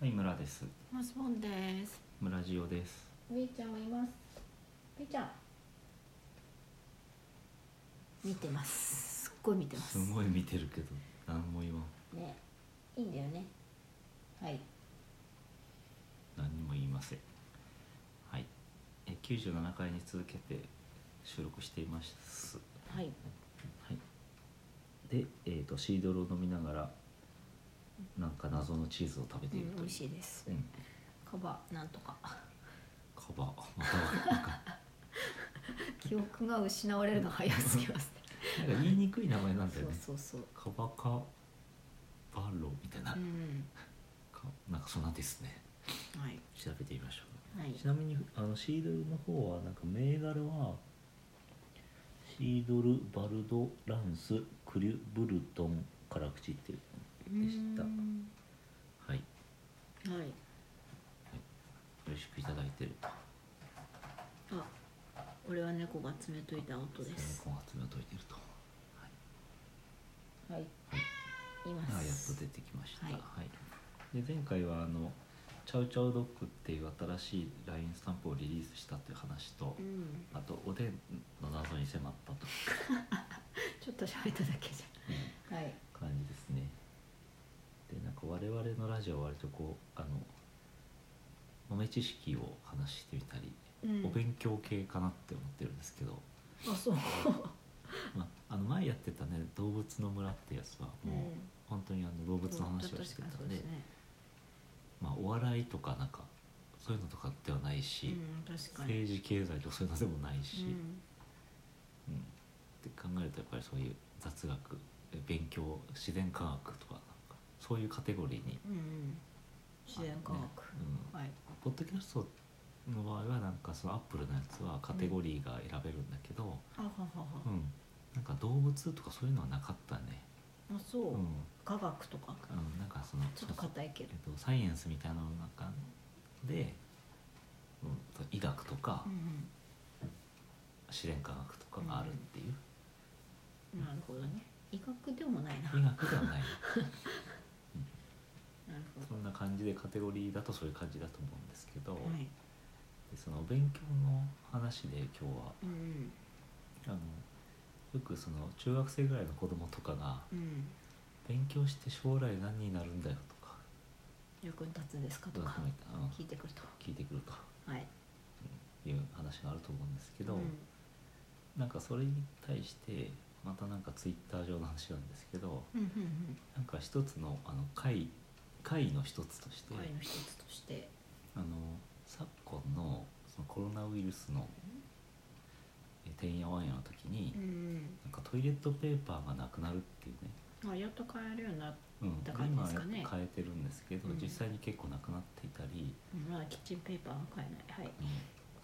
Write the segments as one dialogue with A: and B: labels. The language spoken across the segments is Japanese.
A: はい、村です。
B: マスボンです。
A: 村ジオです。
B: ウィーちゃんいます。ウィーちゃん。見てます。すっごい見てます。
A: すごい見てるけど、何も言わん。
B: ね、いいんだよね。はい。
A: 何にも言いません。はい。え、九十七回に続けて収録しています。
B: はい。
A: はい。で、えっ、とシードルを飲みながらなんか謎のチーズを食べ
B: う
A: ている
B: ん、美
A: という。
B: 味しいです
A: う。ん。
B: カバなんとか。
A: カバーまたはなんか
B: 記憶が失われるの早すぎます、
A: なんか言いにくい名前 なんだ
B: そ
A: よ
B: う
A: ね。
B: そうそう。
A: カバカバロみたいな、
B: うん。
A: かなんかそんなんですね。
B: はい。
A: 調べてみましょう。
B: はい。
A: ちなみにあのシードルの方はなんか銘柄はシードルバルドランスクリュブルトン辛口っていうでした
B: うん
A: はい
B: はい。
A: 美味しくいただいてると
B: あ。俺は猫が詰めといた音です。
A: 今集めといてるとはい、
B: はい。
A: はい
B: いま
A: あやっ
B: す。
A: と出てきました、は
B: はいい
A: で前回はあのチャウチャウドッグっていう新しい LINE スタンプをリリースしたっていう話と、
B: うん。
A: あとおでんの謎に迫ったと
B: ちょっと喋っただけじゃん。はい。
A: 感じですねでなんか我々のラジオは割とこうあの豆知識を話してみたり、
B: うん
A: お勉強系かなって思ってるんですけど、
B: あそう。
A: まあ、あの前やってたね「動物の村」ってやつはもう本当にあの動物の話をしてた
B: そ
A: の
B: う
A: で、
B: ですね。
A: まあ、お笑いとかなんかそういうのとかではないうし、
B: ん、確かに。
A: 政治経済とかそういうのでもないうし、
B: ん
A: うんって考えるとやっぱりそういう雑学え勉強自然科学とかなんかそういうカテゴリーに
B: うんうん。自然科学。
A: うん
B: はい。
A: ポッドキャストの場合はなんかそのアップルのやつはカテゴリーが選べるんだけど、
B: あははは
A: うんなんか動物とかそういうのはなかったね、。
B: は。あそううん科学とか。
A: うんなんかその
B: ちょ
A: そ
B: っと
A: うそう
B: 硬いけど
A: え。っと、サイエンスみたいなのの中で、うん、そう医学とか
B: うん
A: 自然科学とかがあるっていう、
B: うん。なるほどね。医学でもないな。
A: 医
B: なる
A: 学ではない
B: ほ
A: そんな感じでカテゴリーだとそういう感じだと思うんですけど、
B: ど。はい。
A: でそのお勉強の話で今日は
B: うん
A: あのよくその中学生ぐらいの子供とかが
B: うんうん。
A: 勉強して将来何になるんだよとか
B: 役に立つんですかと
A: どういう
B: か
A: ふうにうん
B: 聞いてくると。
A: 聞いてくる
B: はい。
A: という話があると思うんですけど、
B: うん
A: なんかそれに対してまたなんかツイッター上の話なんですけど
B: うんうん
A: なんか一つのあの会会の一つとして、
B: うん。会の一つとして。
A: あの昨今のそのコロナウイルスのえてんやわんやの時に、
B: うん
A: なんかトイレットペーパーがなくなるっていうね
B: うん。あやっと買えるようになっ
A: うん、
B: だからですかね
A: 今変えてるんですけど、
B: うん
A: 実際に結構なくなっていたり、
B: うんまだキッチンペーパーは買えない。はい。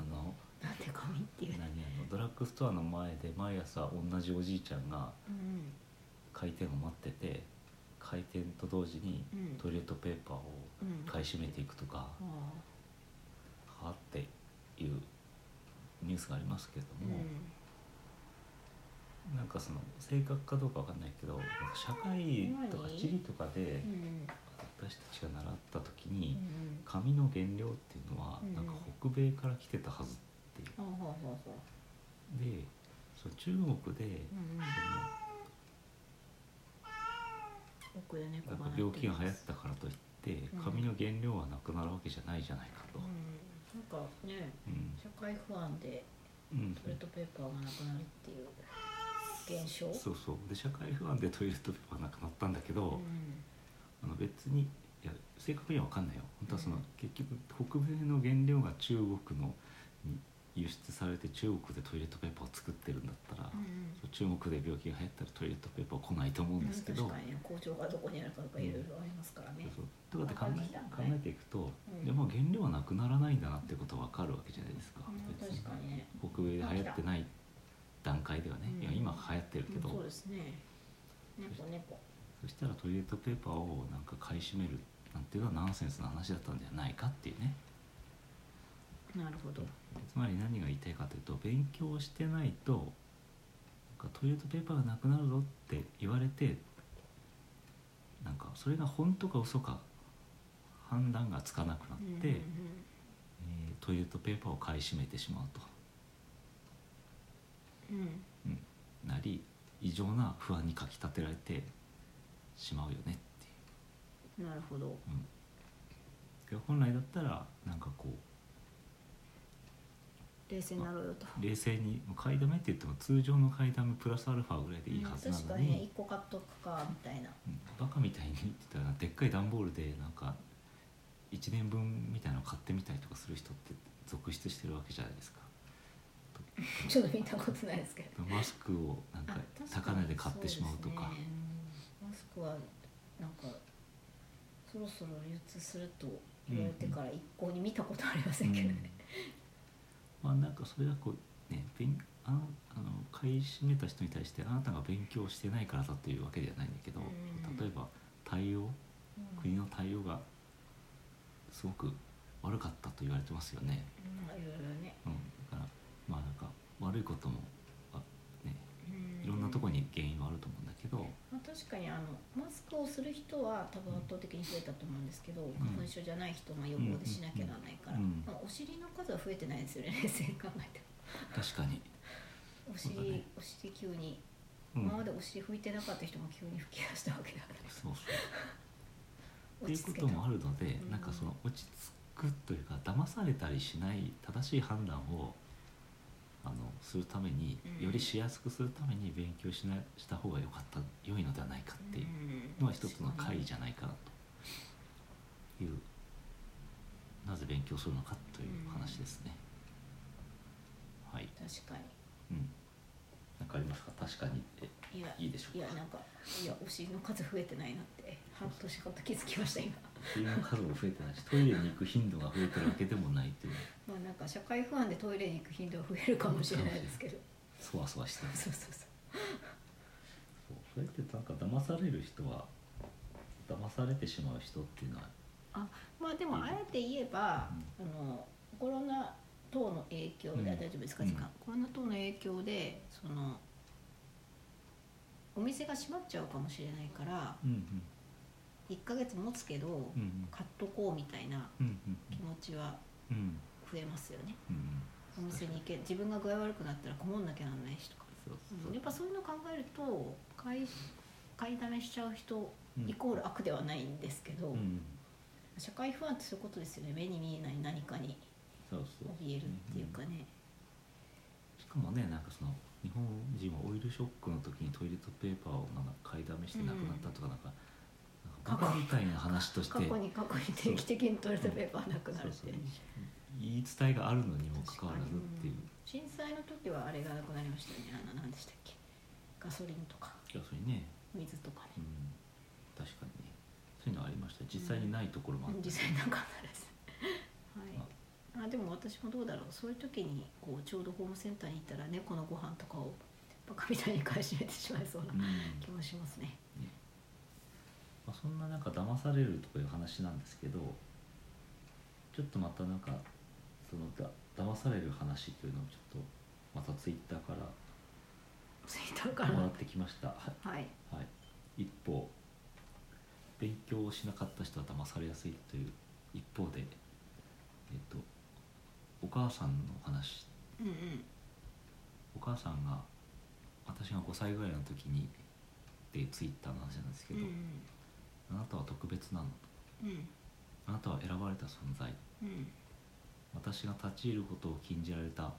A: あの
B: なんで紙っていう
A: 何
B: ね。
A: あのドラッグストアの前で毎朝同じおじいちゃんが
B: うん
A: 開店を待ってて開店と同時に
B: うん
A: トイレットペーパーを
B: うん。
A: 買い占めていくとか、
B: ああ。
A: はあっていうニュースがありますけれども、なんかその正確かどうかわかんないけどなんか社会とか
B: 何
A: 地理とかで
B: うん
A: 私たちが習った時に。
B: うん
A: 紙の原料っていうのは
B: うん
A: なんか北米から来てたはずっていう
B: ほうほうほうほ
A: でそう中国で
B: ううんうん
A: そ
B: 奥で猫
A: の
B: が
A: なんか病気が流行ったからといって
B: うん
A: 紙の原料はなくなるわけじゃないじゃないかと
B: うん、なんかね
A: うん
B: 社会不安で
A: うん
B: トイレットペーパーがなくなるっていう現象
A: そうそうで社会不安でトイレットペーパーなくなったんだけ
B: う
A: ど、
B: ん
A: あの別にいや正確には分かんないよ本当はその、
B: うん
A: 結局北米の原料が中国のに輸出されて中国でトイレットペーパーを作ってるんだったら、
B: うん
A: 中国で病気が流行ったらトイレットペーパーは来ないと思うんですけど、
B: 確かにね工場がどこにあるかとかいろいろありますからね
A: そうそうとかって考え,、
B: また
A: 考
B: 来たね
A: えていくと、
B: うん
A: でも原料はなくならないんだなってことは分かるわけじゃないですか、
B: うん
A: 別に
B: 確かにね
A: 北米で流行ってない段階ではね、
B: うん
A: いや今流行ってるけど、
B: うんそうですね猫猫
A: そしたらトイレットペーパーをなんか買い占めるなんていうのはナンセンスな話だったんじゃないかっていうね
B: なるほど
A: つまり何が言いたいかというと勉強してないとなんかトイレットペーパーがなくなるぞって言われてなんかそれが本当か嘘か判断がつかなくなっ
B: うんうん
A: て、えートイレットペーパーを買い占めてしまうと、
B: うんうん
A: うん、なり異常な不安にかきたてられてしまうよねっていう。
B: なるほど
A: うん、本来だったらなんかこ
B: 冷静になろうよと
A: う冷静に買いだめって言っても通常の買いだめプラスアルファぐらいでいいはず
B: う
A: なんのに
B: 確、かにね一個買っとくかみたいな
A: うんバカみたいにって言ったらでっかい段ボールでなんか1年分みたいなの買ってみたりとかする人って続出してるわけじゃないですか
B: ちょっと見たことないですけど
A: マスクをなんか
B: あ確か
A: 高
B: に
A: 値で買ってしまうとか
B: そですねマスクはなんかそろそろ流通すると言われてから一向に見たことありませんけどね、
A: うんまあなんかそれはこうね勉あのあの買い占めた人に対してあなたが勉強してないからだというわけではないんだけど、
B: うん
A: 例えば対応
B: うん
A: 国の対応がすごく悪かったと言われてますよね、
B: まあいろいろね
A: うん、だからまあなんか悪いこともあ、ね、
B: う
A: いろんなところに原因はあると思うんだけど、
B: まあ、確かにあのマスクをする人は多分圧倒的に増えたと思うんですけど、花粉症じゃない人は予防でしなきゃならないから、
A: うんうんうん
B: まあ、お尻の数は増えてないですよね 冷静に考えて
A: 確かに、
B: もお
A: そう
B: 尻、
A: だね
B: お尻急に、
A: うん、
B: 今までお尻拭いてなかった人も急に拭き出したわけだか
A: そうそうって
B: ら落
A: い
B: ち
A: う
B: 着
A: こ
B: け
A: と
B: た
A: もあるので、
B: うん
A: なんかその落ち着くというか騙されたりしない正しい判断をあのするために
B: うん
A: よりしやすくするために勉強しなした方が良かった良いのではないかっていう
B: うん
A: のは一つの解じゃないかなというなぜ勉強するのかという話ですね。はい、
B: 確か
A: うん、なんかありますか確かにって
B: にいや
A: いいでしょう
B: い
A: か
B: やなんかいやお尻の数増えてないなって半年ほど気づきました今
A: っていう数も増えてないしトイレに行く頻度が増えてるわけでもないという
B: まあなんか社会不安でトイレに行く頻度は増えるかもしれないですけど
A: そわそわしてます
B: そうそうそ
A: そうそ
B: う
A: うやってなんか騙される人は騙されてしまう人っていうのは
B: まあでもあえて言えば、あのコロナ等の影響で、
A: うん
B: あ大丈夫ですか
A: うん
B: 時間、コロナ等の影響でそのお店が閉まっちゃうかもしれないから
A: うん
B: 1ヶ月持つけど、
A: うんうん
B: 買っとこうみたいな
A: うんうん
B: 気持ちは
A: うんうん
B: 増えますよね
A: うん
B: お店に行け自分が具合悪くなったらこもんなきゃなんないしとか、
A: そうそう
B: やっぱそういうの考えると買い買いだめしちゃう人
A: うん
B: イコール悪ではないんですけど、
A: うん
B: 社会不安ってそういうことですよね目に見えない何かに
A: そうそう
B: 怯えるっていうかね、
A: しかもねなんかその日本人はオイルショックの時にトイレットペーパーをなんか買いだめしてなくなったとかなんか、なんかバカみたいな話として
B: 過去に過去に定期的にトイレットペーパーなくなるっ
A: そ
B: て
A: うそう言い伝えがあるのにもかかわらずっていう
B: 震災の時はあれがなくなりましたよねあの何でしたっけガソリンとか
A: いやそれね、
B: 水とか
A: う
B: ね
A: ん、確かにねそういうのはありました実際にないところもあった、
B: 実際なかったですはいあでも私もどうだろうそういう時にこうちょうどホームセンターに行ったら猫のご飯とかをバカみたいに買い占めてしまいそうな
A: うん
B: 気もしますね
A: まあ、そんななんか騙されるとかいう話なんですけどちょっとまたなんかそのだ騙される話というのをちょっとまたツイッターか
B: ツイッターからら
A: もらってきました、は
B: はい
A: い、一方勉強をしなかった人は騙されやすいという一方でえっとお母さんの話
B: うんうん
A: お母さんが私が5歳ぐらいの時にでツイッターの話なんですけ
B: う
A: ど、
B: ん
A: あなたは特別なの
B: うん
A: あなたは選ばれた存在
B: うん
A: 私が立ち入ることを禁じられた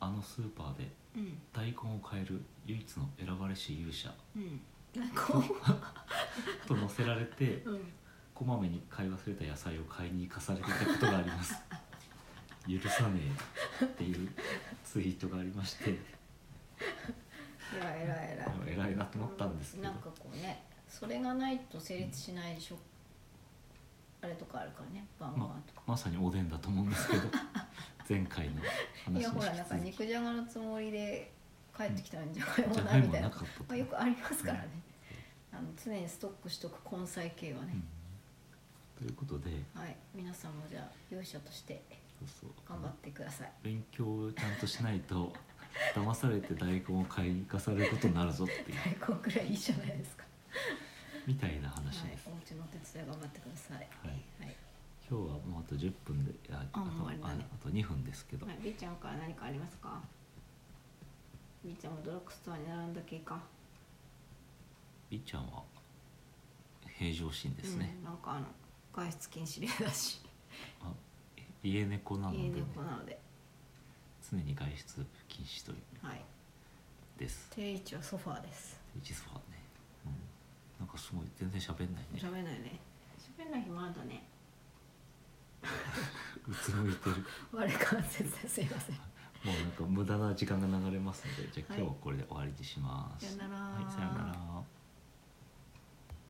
A: あのスーパーで
B: うん
A: 大根を買える唯一の選ばれし勇者
B: うんなんかこ
A: と載せられて
B: ううん
A: こまめに買い忘れた野菜を買いに行かされていたことがあります 許さねえっていうツイートがありまして
B: いや偉い偉い
A: 偉いなと思ったんですけど
B: なんかこうねそれがないと成立しないしょ、あれとかあるからねバンバン
A: ま
B: とか、
A: まさにおでんだと思うんです けど前回の
B: い
A: 話
B: や
A: の
B: ほら
A: 引
B: なん
A: き
B: か
A: 続き
B: 肉じゃがのつもりで帰ってきたんじゃがいも
A: じゃ
B: な
A: がい
B: み
A: も
B: たいな
A: なかった
B: ま
A: と
B: あ、よくありますからね、あの常にストックしとく根菜系はね、
A: ということで
B: はい皆さんもじゃあ勇者として
A: そうそう
B: 頑張ってください、
A: 勉強をちゃんとしないと 騙されて大根を買いに行かされることになるぞっていう
B: 大根くらいいいじゃないですか、
A: みたいな
B: はい
A: 話です、、
B: お家のお手伝い頑張ってください
A: はい
B: はい
A: 今日はもうあと10分でいやあ
B: あもう
A: と
B: 終わりだ
A: あ
B: ね
A: あと2分ですけど、
B: はい、B ちゃんから何かありますか B ちゃんもドラッグストアに並んだ系か
A: りっちゃんは平常心ですね
B: う、ん、なんかあの外出禁止令だし
A: あ家猫なので、
B: 家
A: ね、
B: 猫なので、
A: 常に外出禁止という
B: はい、
A: です
B: 定位置はソファーです
A: 一ソファね、うん、なんかすごい全然喋んないね
B: 喋んないね喋んない暇あんだね
A: うつむいてる
B: 悪い関節ですいません
A: もうなんか無駄な時間が流れますのでじゃあ
B: はい
A: 今日はこれで終わりにします、
B: さよなら
A: はい、さよなら